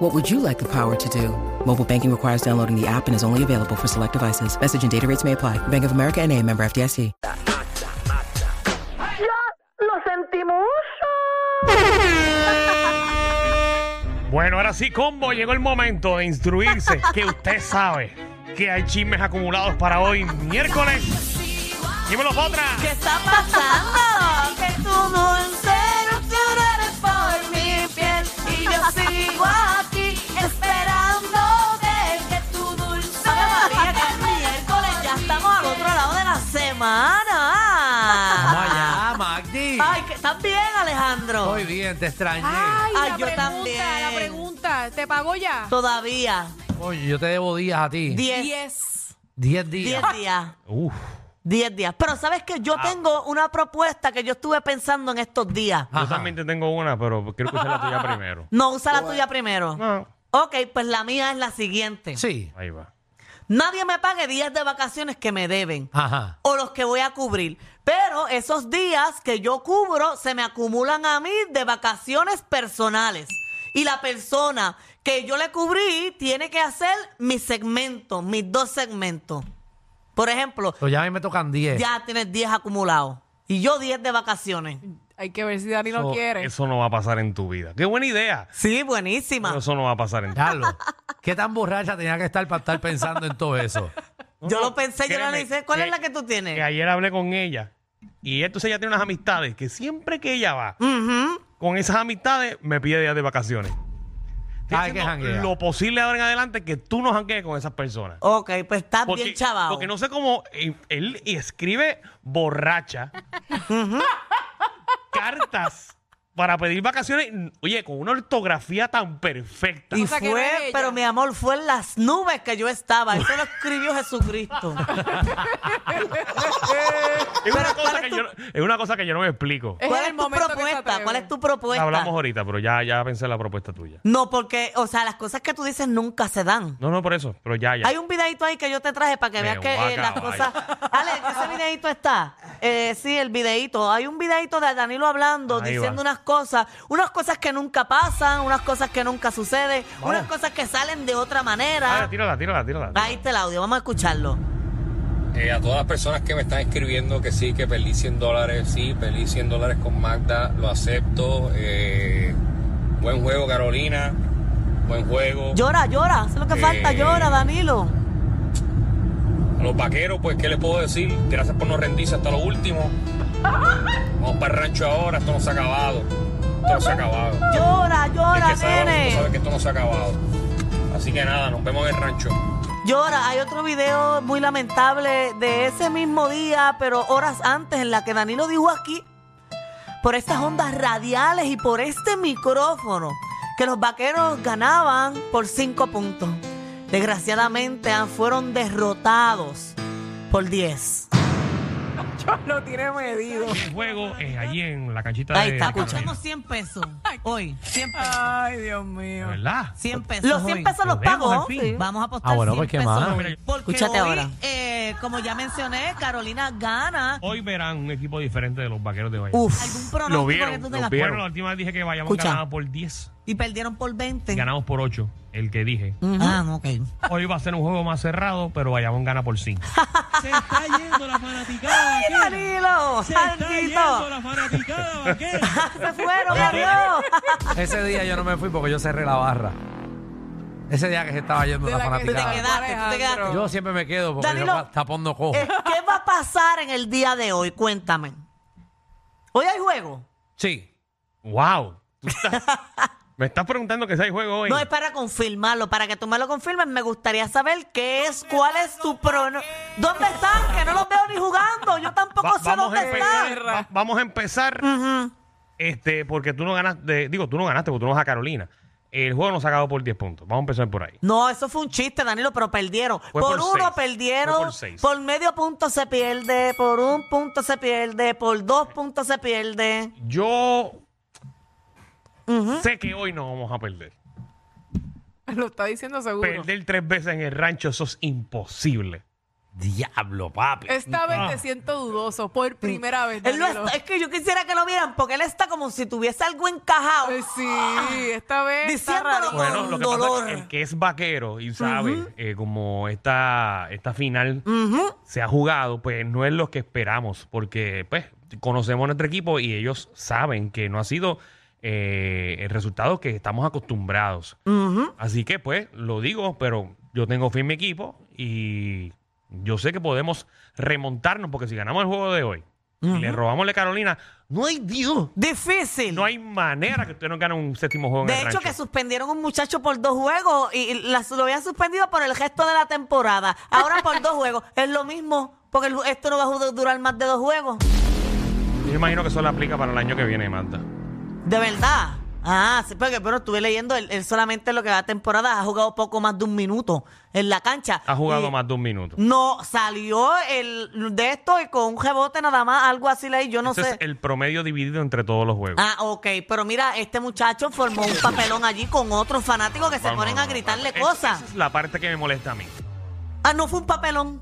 What would you like the power to do? Mobile banking requires downloading the app and is only available for select devices. Message and data rates may apply. Bank of America and a member FDIC. ¡Ya lo sentimos! Bueno, ahora sí, combo, llegó el momento de instruirse que usted sabe que hay chismes acumulados para hoy, miércoles. Dímelo, otra. ¿Qué está pasando? que tu dulce erupción eres por mi piel y yo sigo aquí esperando de que tu dulce María que es miércoles ya estamos al otro lado de la Ah, semana. Vaya, Ah, Magdi. Ay, que- ¿estás bien, Alejandro? Muy bien, te extrañé. Ay, Ay, la yo pregunta, también. La pregunta, ¿te pagó ya? Todavía Oye, yo te debo días a ti. 10 Yes. Diez días. Ah, 10 días. Uf. 10 días. Pero sabes que yo tengo una propuesta que yo estuve pensando en estos días. Ah. Yo también te tengo una, pero quiero escuchar la tuya primero. No, usa la tuya primero. No. Ok, pues la mía es la siguiente. Sí. Ahí va. Nadie me pague días de vacaciones que me deben Ajá. o los que voy a cubrir. Pero esos días que yo cubro se me acumulan a mí de vacaciones personales. Y la persona que yo le cubrí tiene que hacer mis segmentos, mis dos segmentos. Por ejemplo, Pues ya a mí me tocan diez. ya tienes 10 acumulados y yo 10 de vacaciones. Hay que ver si Dani So, lo quiere. Eso no va a pasar en tu vida. ¡Qué buena idea! Sí, Pero buenísima. eso no va a pasar en tu vida. Carlos, ¿qué tan borracha tenía que estar para estar pensando en todo eso? Yo lo pensé, yo le Créeme, analicé. ¿Cuál que- es la que tú tienes? Que ayer hablé con ella y entonces ella tiene unas amistades que siempre que ella va Ujú. con esas amistades me pide días de vacaciones. Estoy Ay, haciendo qué janguea. Lo posible ahora en adelante que tú no janguees con esas personas. Ok, pues estás bien chavado. porque no sé cómo eh, él escribe borracha cartas para pedir vacaciones. Oye, con una ortografía tan perfecta. Y O sea, que no fue, es ella. pero mi amor, fue en las nubes que yo estaba. Eso lo escribió Jesucristo. Es una, pero cosa ¿cuál que es tu- yo, no- es una cosa que yo no me explico. Es ¿Cuál el es tu momento que se propuesta? atreve. ¿Cuál es tu propuesta? La hablamos ahorita, pero ya, ya pensé en la propuesta tuya. No, porque, o sea, las cosas que tú dices nunca se dan. No, no, por eso, pero ya, ya. Hay un videito ahí que yo te traje para que Me veas que voy a eh, las acabar. cosas. Ale, ese videito está. Eh, sí, el videito. Hay un videito de Danilo hablando, Ahí diciendo va. unas cosas, unas cosas que nunca pasan, unas cosas que nunca suceden, unas cosas que salen de otra Ah, manera. tírala, tírala, tírala. Ahí está el audio, vamos a escucharlo. Eh, a todas las personas que me están escribiendo que sí, que perdí 100 dólares, sí, perdí 100 dólares con Magda, lo acepto. Eh, buen juego, Carolina. Buen juego. Llora, llora. Eso es lo que Eh. falta, llora, Danilo. A los vaqueros, pues, ¿qué les puedo decir? Gracias por no rendirse hasta lo último. Vamos para el rancho ahora, esto no se ha acabado. Esto no se ha acabado. Llora, El llora, que sabe ahora mismo nene. sabe que esto no se ha acabado. Así que nada, nos vemos en el rancho. Llora, hay otro video muy lamentable de ese mismo día, pero horas antes, en la que Danilo dijo aquí, por estas ondas radiales y por este micrófono, que los vaqueros ganaban por cinco puntos. Desgraciadamente ah, fueron derrotados por 10. Lo tiene medido. El juego es allí en la canchita Ahí de está, de Carolina. escuchamos 100 pesos hoy. 100 pesos. Ay, Dios mío. ¿Verdad? 100 pesos. Los 100 pesos los Lo vemos pago. al fin. Sí. Vamos a apostar Ah, bueno, 100 pues, ¿qué pesos. más? hoy, Porque Escúchate hoy, ahora. eh, como ya mencioné, Carolina gana. Hoy verán un equipo diferente de los vaqueros de Bayamón. Uf. ¿Algún pronóstico lo vieron, que tú lo tengas? vieron. La última vez dije que Bayamón Escucha. ganaba por 10. Y perdieron por 20. Ganamos por 8, el que dije. Ah, no, ok. Hoy va a ser un juego más cerrado, pero Bayamón gana por 5. Se está yendo la fanaticada ¡Ay, vaquera. Danilo! Se está yendo ¡Santito! Ah, la fanaticada vaquera. ¡Se fueron, adiós! Ese día yo no me fui porque yo cerré la barra. Ese día que se estaba yendo De la la que se Te fanaticada. quedaste, tú te Alejandro. quedaste. Yo siempre me quedo porque Danilo. yo tapón no cojo. Eh, ¿Qué va a pasar en el día de hoy? Cuéntame. ¿Hoy hay juego? Sí. ¡Wow! Tú estás- me estás preguntando que si hay juego hoy. No, es para confirmarlo. Para que tú me lo confirmes, me gustaría saber qué es, cuál es tu prono. ¿Dónde están? Que no los veo ni jugando. Yo Va- tampoco sé vamos, dónde a están. empezar, va- vamos a empezar, este, porque tú no ganaste, digo, tú no ganaste porque tú no vas a Carolina. el juego nos ha acabado por 10 puntos. Vamos a empezar por ahí. No, eso fue un chiste, Danilo, pero perdieron. Fue Por, por uno seis. perdieron, Fue por seis. medio punto se pierde, por un punto se pierde, por dos puntos se pierde. Yo sé que hoy no vamos a perder. Lo está diciendo seguro. Perder tres veces en el rancho, eso es imposible. Diablo, papi. Esta Ah. vez te siento dudoso por primera vez. Él lo Danilo. está- es que yo quisiera que lo vieran porque él está como si tuviese algo encajado. Ay, Eh, Sí, esta vez. está Ah. Diciéndolo raro. con- Bueno, lo que pasa es dolor. que el que es vaquero y sabe eh, como esta, esta final se ha jugado, pues no es lo que esperamos, porque pues conocemos a nuestro equipo y ellos saben que no ha sido eh, el resultado que estamos acostumbrados. Así que pues lo digo, pero yo tengo fe en mi equipo y yo sé que podemos remontarnos, porque si ganamos el juego de hoy y le robamos a Carolina, no hay Dios. Difícil. No hay manera que usted no gane un séptimo juego en de el hecho, rancho. que suspendieron a un muchacho por dos juegos y, y las- lo habían suspendido por el gesto de la temporada. Ahora por dos juegos. Es lo mismo, porque el- esto no va a ju- durar más de dos juegos. Yo imagino que eso le aplica para el año que viene, Marta. De verdad. Ah, sí, porque pero estuve leyendo, él, él solamente lo que va a temporada ha jugado poco más de un minuto en la cancha. Ha jugado Y más de un minuto. No, salió el de esto y con un rebote nada más, algo así leí, yo no Ese sé. es el promedio dividido entre todos los juegos. Ah, ok, pero mira, este muchacho formó un papelón allí con otros fanáticos que se No, no, ponen no, a no, gritarle no. Es- cosas. esa es la parte que me molesta a mí. Ah, no fue un papelón.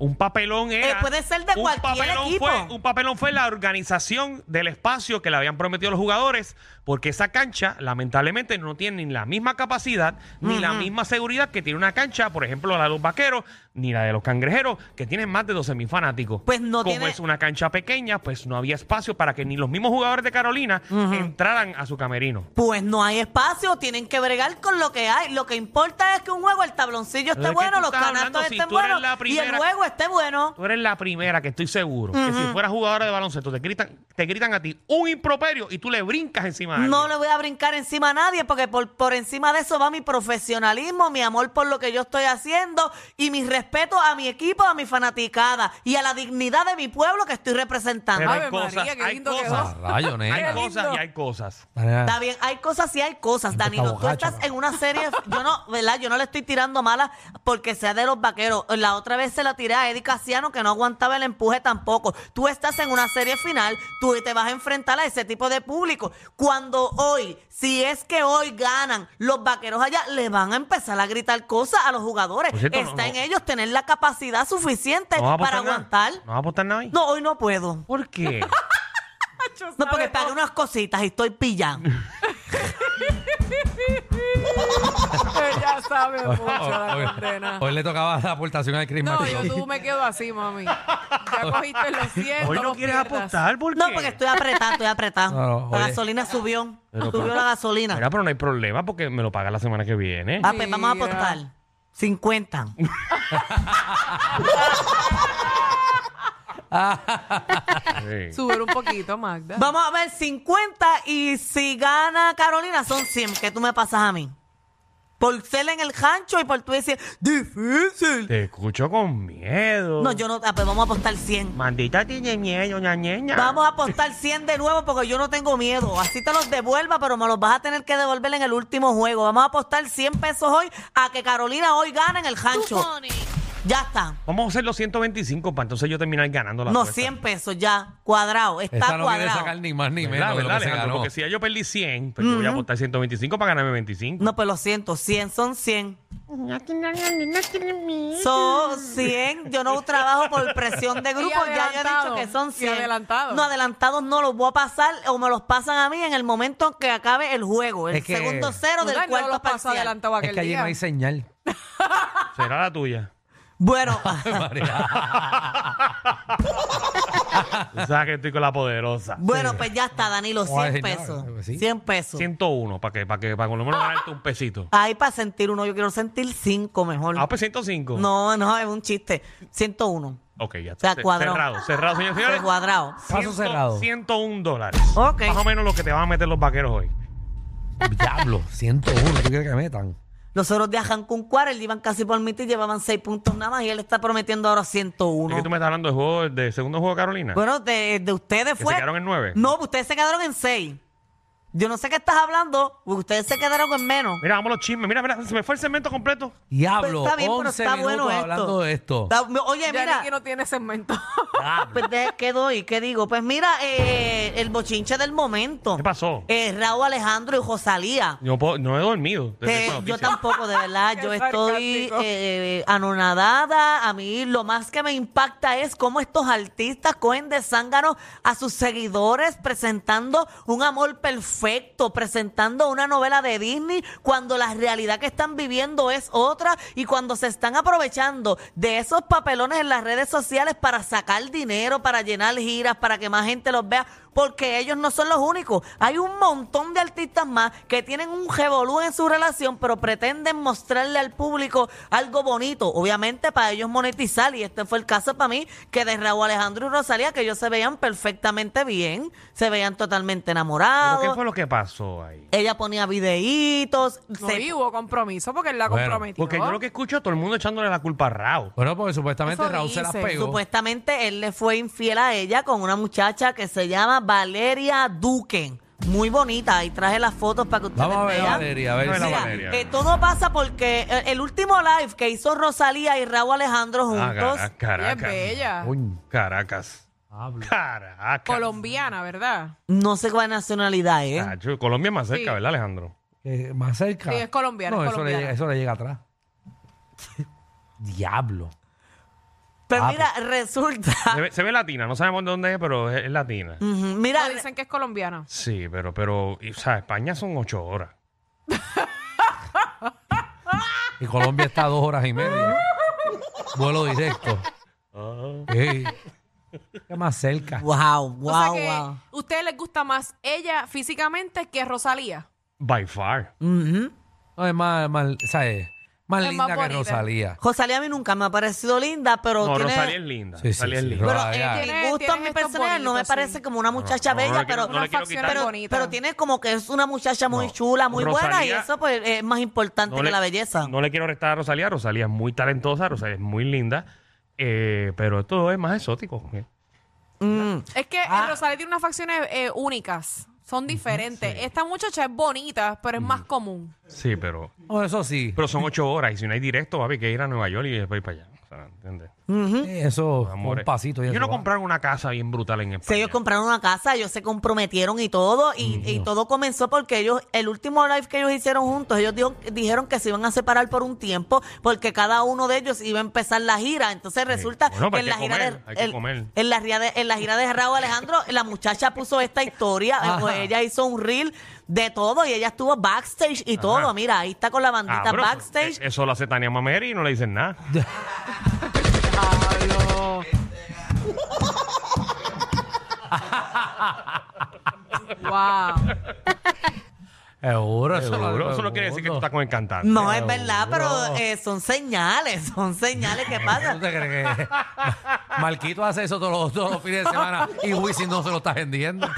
Un papelón era... Eh, puede ser de un cualquier papelón equipo. Fue, un papelón fue la organización del espacio que le habían prometido los jugadores, porque esa cancha, lamentablemente, no tiene ni la misma capacidad, ni la misma seguridad que tiene una cancha, por ejemplo, la de los vaqueros, ni la de los cangrejeros, que tienen más de 12.000 fanáticos. Pues no Como tiene- es una cancha pequeña, pues no había espacio para que ni los mismos jugadores de Carolina entraran a su camerino. Pues no hay espacio, tienen que bregar con lo que hay. Lo que importa es que un juego, el tabloncillo ¿De esté qué bueno, tú los estás hablando? canastos Si estén tú eres buenos la y el primera- juego esté bueno. Tú eres la primera que estoy seguro que si fueras jugadora de baloncesto te gritan, te gritan a ti un improperio y tú le brincas encima de No alguien. le voy a brincar encima a nadie porque por, por encima de eso va mi profesionalismo, mi amor por lo que yo estoy haciendo y mi respeto a mi equipo, a mi fanaticada y a la dignidad de mi pueblo que estoy representando. Pero Ave hay María, cosas, qué hay lindo quedó. Ah, cosas, rayo, hay nena. cosas y lindo. hay cosas. Está bien, hay cosas y hay cosas, Está Danilo. Tú borracho, estás ¿no? en una serie, yo no, ¿verdad? Yo no le estoy tirando malas porque sea de los vaqueros. La otra vez se la tiré a Eddie Casiano que no aguantaba el empuje tampoco. Tú estás en una serie final, tú te vas a enfrentar a ese tipo de público. Cuando hoy, si es que hoy ganan los vaqueros allá, le van a empezar a gritar cosas a los jugadores. Por cierto, no, Está no. en ellos tener la capacidad suficiente ¿No vas a para apostar nada? aguantar. ¿No vas a apostar nada hoy? No, hoy no puedo. ¿Por qué? No, porque pagué unas cositas y estoy pillando. Ella sabe Oh, Hoy, mucho la condena. hoy le tocaba la aportación al crimen. No, yo tú me quedo así, mami. Ya cogiste los 100. Hoy no quieres pierdas. apostar, ¿por qué? No, porque estoy apretada, estoy apretada. No, no, la oye. gasolina subió. Pero subió pa- la gasolina. Mira, pero no hay problema porque me lo paga la semana que viene. Ah, pues vamos a Mira. apostar. 50. Sí. Subir un poquito, Magda. Vamos a ver 50 y si gana Carolina son 100 que tú me pasas a mí. Por ser en el rancho y por tú decir, difícil. Te escucho con miedo. No, yo no, ah, pues vamos a apostar 100. Maldita tiene miedo, ña, ñeña. Vamos a apostar 100 de nuevo porque yo no tengo miedo. Así te los devuelva, pero me los vas a tener que devolver en el último juego. Vamos a apostar 100 pesos hoy a que Carolina hoy gane en el rancho. Ya está. Vamos a hacer los 125 para entonces yo terminar ganando la No, apuesta. 100 pesos ya, cuadrado, está Esta no quiere cuadrado. sacar ni más ni ¿Verdad, menos de lo verdad, que se Alejandro? ganó. Porque si ya yo perdí 100, pues yo voy a apostar 125 para ganarme 25. No, pues lo siento, 100 son 100. Son 100, yo no trabajo por presión de grupo, Y ya yo he dicho adelantado, que son y 100. adelantado. No, adelantados no los voy a pasar o me los pasan a mí en el momento que acabe el juego, el Es que- segundo cero del Magda, cuarto no los paso parcial. adelantado aquel Es que allí día. no hay señal. Será la tuya. Bueno, ah, Tú sabes que estoy con la poderosa. bueno, pues ya está, Danilo, Ay, 100 no, pesos. pues sí. 100 pesos. 101, para que, para que, para por lo menos ganarte un pesito. Ahí para sentir uno, yo quiero sentir 5 mejor. Ah, pues 105. No, no, es un chiste. 101. Ok, ya sea, está. Ce- cuadrado. Cerrado, cerrado, señores. y Por señores. cuadrado. Paso Ciento- cerrado. 101 dólares. Ok. Más o menos lo que te van a meter los vaqueros hoy. Diablo, 101. ¿Tú quieres que metan? Los otros de Cancún Cuar, él iban casi por mitad y llevaban 6 puntos nada más y él está prometiendo ahora Es 101. que tú me estás hablando del juego, del segundo juego de Carolina. Bueno, de, de ustedes ¿Que se fue... quedaron en nueve? No, ustedes se quedaron en 6. Yo no sé qué estás hablando, porque ustedes se quedaron con menos. Mira, vamos a los chismes. Mira, mira, se me fue el segmento completo. Diablo, Pero Pues está bien, pero 11 está minutos bueno esto. hablando de esto. Da- Oye, Ya mira, Nicky no tiene segmento. Diablo. pues, de- ¿qué doy? ¿Qué digo? Pues mira, eh, el bochinche del momento. ¿Qué pasó? Eh, Raúl Alejandro y Rosalía. Yo puedo- no he dormido. desde Que esa yo noticia. tampoco, de verdad, yo Qué estoy sarcástico. eh, anonadada. A mí lo más que me impacta es cómo estos artistas cogen de zángano a sus seguidores presentando un amor perfecto, presentando una novela de Disney, cuando la realidad que están viviendo es otra y cuando se están aprovechando de esos papelones en las redes sociales para sacar dinero, para llenar giras, para que más gente los vea porque ellos no son los únicos. Hay un montón de artistas más que tienen un revolú en su relación, pero pretenden mostrarle al público algo bonito, obviamente para ellos monetizar. Y este fue el caso para mí, que de Raúl Alejandro y Rosalía, que ellos se veían perfectamente bien, se veían totalmente ¿Pero enamorados. ¿Qué fue lo que pasó ahí? Ella ponía videitos. No, se- y hubo compromiso porque él la Bueno, comprometió. pues. Porque yo lo que escucho es todo el mundo echándole la culpa a Rao. Bueno, porque supuestamente Eso Raúl se las dice. pegó. Supuestamente él le fue infiel a ella con una muchacha que se llama Valeria Duque. Muy bonita, y traje las fofotos para que ustedes Vamos a ver, vean. Valeria, a ver. Vamos a ver, si- Mira, Valeria. eh, todo pasa porque eh, el último live que hizo Rosalía y Raúl Alejandro Ah, juntos, cara- Ella es Caracas. bella. Coño, Caracas. diablo. Caracas. Colombiana, ¿verdad? no sé cuál nacionalidad es. Cacho, Colombia es más cerca, Sí. ¿verdad, Alejandro? Eh, más cerca. Sí, es colombiana, No, es eso, le colombiana. llega, eso le llega atrás. Diablo. Pero Ah, mira, pues. resulta. Se ve, se ve latina, no sabemos de dónde es, pero es, es latina. Ujú, No, Mira, dicen que es colombiana. Sí, pero, pero, y, o sea, España son ocho horas. Y Colombia está a dos horas y media. Vuelo directo. Ah. Ey. Qué más cerca. wow, wow, O sea que wow. a ustedes les gusta más ella físicamente que Rosalía. By far. Ujú. No, es más, más, o sea, es más Es linda más que bonita. Rosalía. Rosalía a mí nunca me ha parecido linda, pero No, tiene. Rosalía es linda. Sí, sí, sí, Rosalía es linda. Ro- Pero Ah, eh, ya. mi Tiene- gusto a tiene mi gestos personal no me bonitos, parece sí. como una muchacha no, no bella, le quiero- no pero, le Unas quiero facciones quitar. pero, bonitas. pero tiene como que es una muchacha muy chula, muy buena, y Rosalía- eso pues es más importante No que le- la belleza. No le quiero restar a Rosalía. Rosalía es muy talentosa, Rosalía es muy linda. eh, pero esto es más exótico. ¿eh? Mm. Es que eh, Rosalía tiene unas facciones eh, únicas. Son diferentes. Esta muchacha es bonita, pero es más común. Sí, pero, No, eso sí. pero son ocho horas. Y si no hay directo, papi, hay que ir a Nueva York y después ir para allá. O sea, ¿entiendes? Eh, Eso, Amores. un pasito. ya Yo se no va. compraron una casa bien brutal en España. Si ellos compraron una casa, ellos se comprometieron y todo, y, y todo comenzó porque ellos, el último live que ellos hicieron juntos, ellos dijo- dijeron que se iban a separar por un tiempo porque cada uno de ellos iba a empezar la gira. Entonces resulta Bueno, que pero en hay la que gira comer, hay que de el- comer. en la gira de en la gira de Raúl Alejandro, la muchacha puso esta historia, eh, pues, ella hizo un reel de todo y ella estuvo backstage y todo. Mira, ahí está con la Ah, bandita pero eso- backstage. eh, Eso, lo hace Tania Mameri y no le dicen nada. Wow. Seguro, eso, Seguro, lo- Eso no quiere decir que tú estás con el cantante. no es verdad, pero eh, son señales, son señales que ¿Tú pasan. te crees que Marquito hace eso todos los, todos los fines de semana y Wisin no se lo está vendiendo?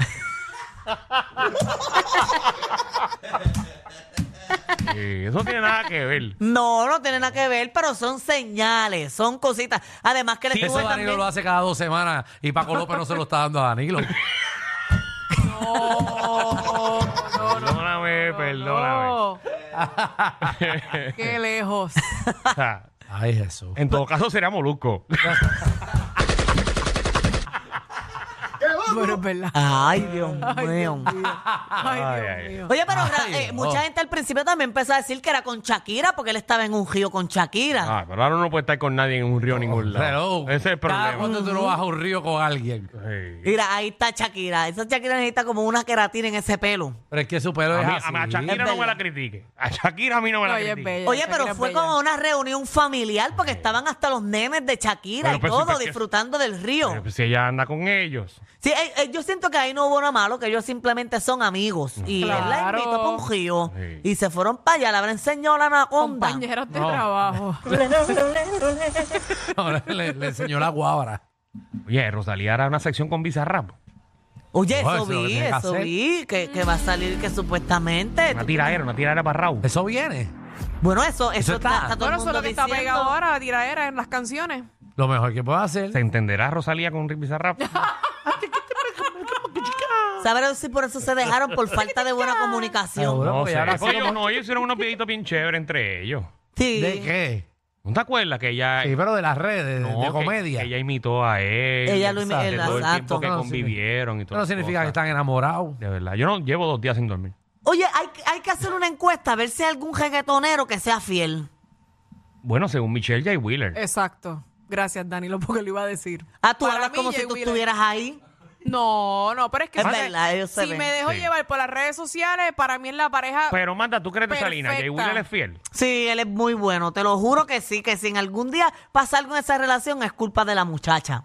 Sí, eso no tiene nada que ver. No, no tiene nada que ver, pero son señales, son cositas. Además que le Eso estuve Danilo también. lo hace cada dos semanas y Paco López no se lo está dando a Danilo. perdóname, perdóname. No. Oh, Qué lejos. O sea, Ay, Jesús. en todo caso sería Molusco. Pero es verdad. Ay, Dios mío. Ay, Dios Ay, ay. mío. Oye, pero ra- Ay, eh, no. mucha gente al principio también empezó a decir que era con Shakira porque él estaba en un río con Shakira. Ah, pero ahora uno no puede estar con nadie en un río en ningún lado. Hello. Ese es Cada el problema. cuando tú no vas a un río con alguien. Sí. Mira, ahí está Shakira. Esa Shakira necesita como una queratina en ese pelo. Pero es que su pelo A, es mí- así. a mí- a Es Shakira no verdad. me la critique. A Shakira a mí no me la No, ella es critique. bella. Oye, Shakira pero es fue bella. como una reunión familiar porque estaban hasta los nenes de Shakira Pero y pues, todo pero que- disfrutando del río. Eh, Pero Eh, pues, si ella anda con ellos. Sí, eh, eh, yo siento que ahí no hubo nada malo, que ellos simplemente son amigos. Mm. Y él la Claro. invitó para un río. Sí. Y se fueron para allá, le habrá enseñado la anaconda. Compañeros de No. trabajo. Ahora le, le enseñó la guabra. Oye, Rosalía hará una sección con Bizarrap. Oye, No, eso eso es lo que vi, tiene que eso hacer. vi, que, que va a salir que supuestamente... Una tiradera, una tiradera para Raúl. Eso viene. Bueno, eso, eso, Eso está, está. está todo Bueno, el eso es mundo lo que está diciendo. pegado ahora, tiraera en las canciones. Lo mejor que puedo hacer. ¿Se entenderá Rosalía con Rick Bizarrap? ¿Sabes si por eso se dejaron? Por falta de buena comunicación. Seguro, No porque sé. ahora Oye, somos- no, ellos hicieron unos videitos bien chéveres entre ellos. Sí. ¿De qué? ¿No te acuerdas que ella... Sí, pero de las redes, de- no, de que- comedia. que ella imitó a él. Ella lo Exacto. de imita. todo el tiempo Exacto. que No, no convivieron y Eso todo. no significa que están enamorados. De verdad, yo no llevo dos días sin dormir. Oye, hay, hay que hacer una encuesta a ver si hay algún reggaetonero que sea fiel. Bueno, según Michelle J. Wheeler. Eh, Exacto. Gracias, Danilo, porque lo iba a decir. Ah, tú Para hablas mí, como Jay si tú Wheeler- estuvieras ahí. No, no, pero es que Es si- verdad, ellos se si ven. me dejo Sí. llevar por las redes sociales, para mí es la pareja. Pero manda, ¿tú crees de esa línea? J. Perfecta. Wheeler es fiel. Sí, él es muy bueno. Te lo juro que sí, que si en algún día pasa algo en esa relación es culpa de la muchacha.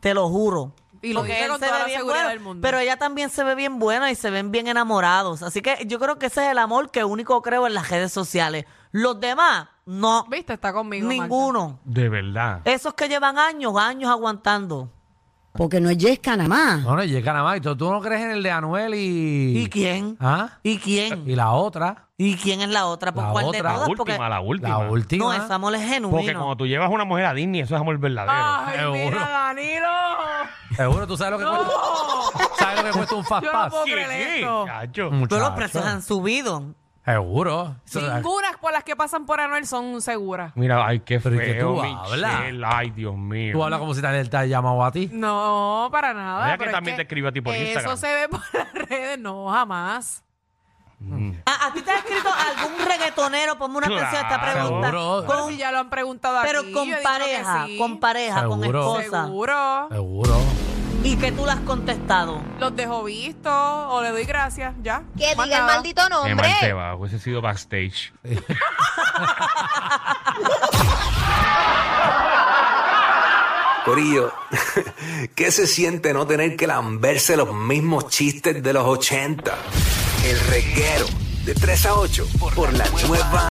Te lo juro. Y lo Porque dice él con se toda ve la bien seguridad bueno, del mundo. Pero ella también se ve bien buena y se ven bien enamorados. Así que yo creo que ese es el amor que único creo en las redes sociales. Los demás, no. ¿Viste? Está conmigo. Magda. Ninguno. De verdad. Eh, Esos que llevan años, años aguantando. Porque no es yesca nada Ah. más. No, no, y nada más. Y tú, tú no crees en el de Anuel y. ¿Y quién? ¿Ah? ¿Y quién? Y la otra. ¿Y quién es la otra? ¿Por La cuál de otra, La todas? última, Porque- la última. La última. No, ese amor es genuino. Porque cuando tú llevas a una mujer a Disney, eso es amor verdadero. Ay, Seguro. mira, Danilo. Seguro, tú sabes lo que cuesta. ¿Sabes lo que cuesta un fast Yo no pass? puedo Sí, creer sí, esto. chacho. Pero los Muchacho. precios han subido. Seguro. Eso- Ninguna por las que pasan por Anuel son seguras. Mira, ay, qué Pero feo, ¿y qué tú Michelle. Ay, Dios mío. Tú hablas como si te, te llamado a ti. No, para nada. Mira que pero es también te escribió a ti por eso Instagram. se ve por las redes. No, jamás. ¿A, a ti te ha escrito algún reggaetonero? Ponme una Claro. atención a esta pregunta. Seguro. Con- Pero si ya lo han preguntado pero aquí, con yo he dicho que pareja, sí. con pareja, con Seguro. esposa. Seguro. Seguro. Y que tú la has contestado. Los dejo vistos o le doy gracias. Ya. Que Más diga el nada. maldito Qué mal nombre. te va, hubiese sido backstage. Corillo, ¿qué se siente no tener que lamberse los mismos chistes de los 80? El reguero de 3 a 8 por la nueva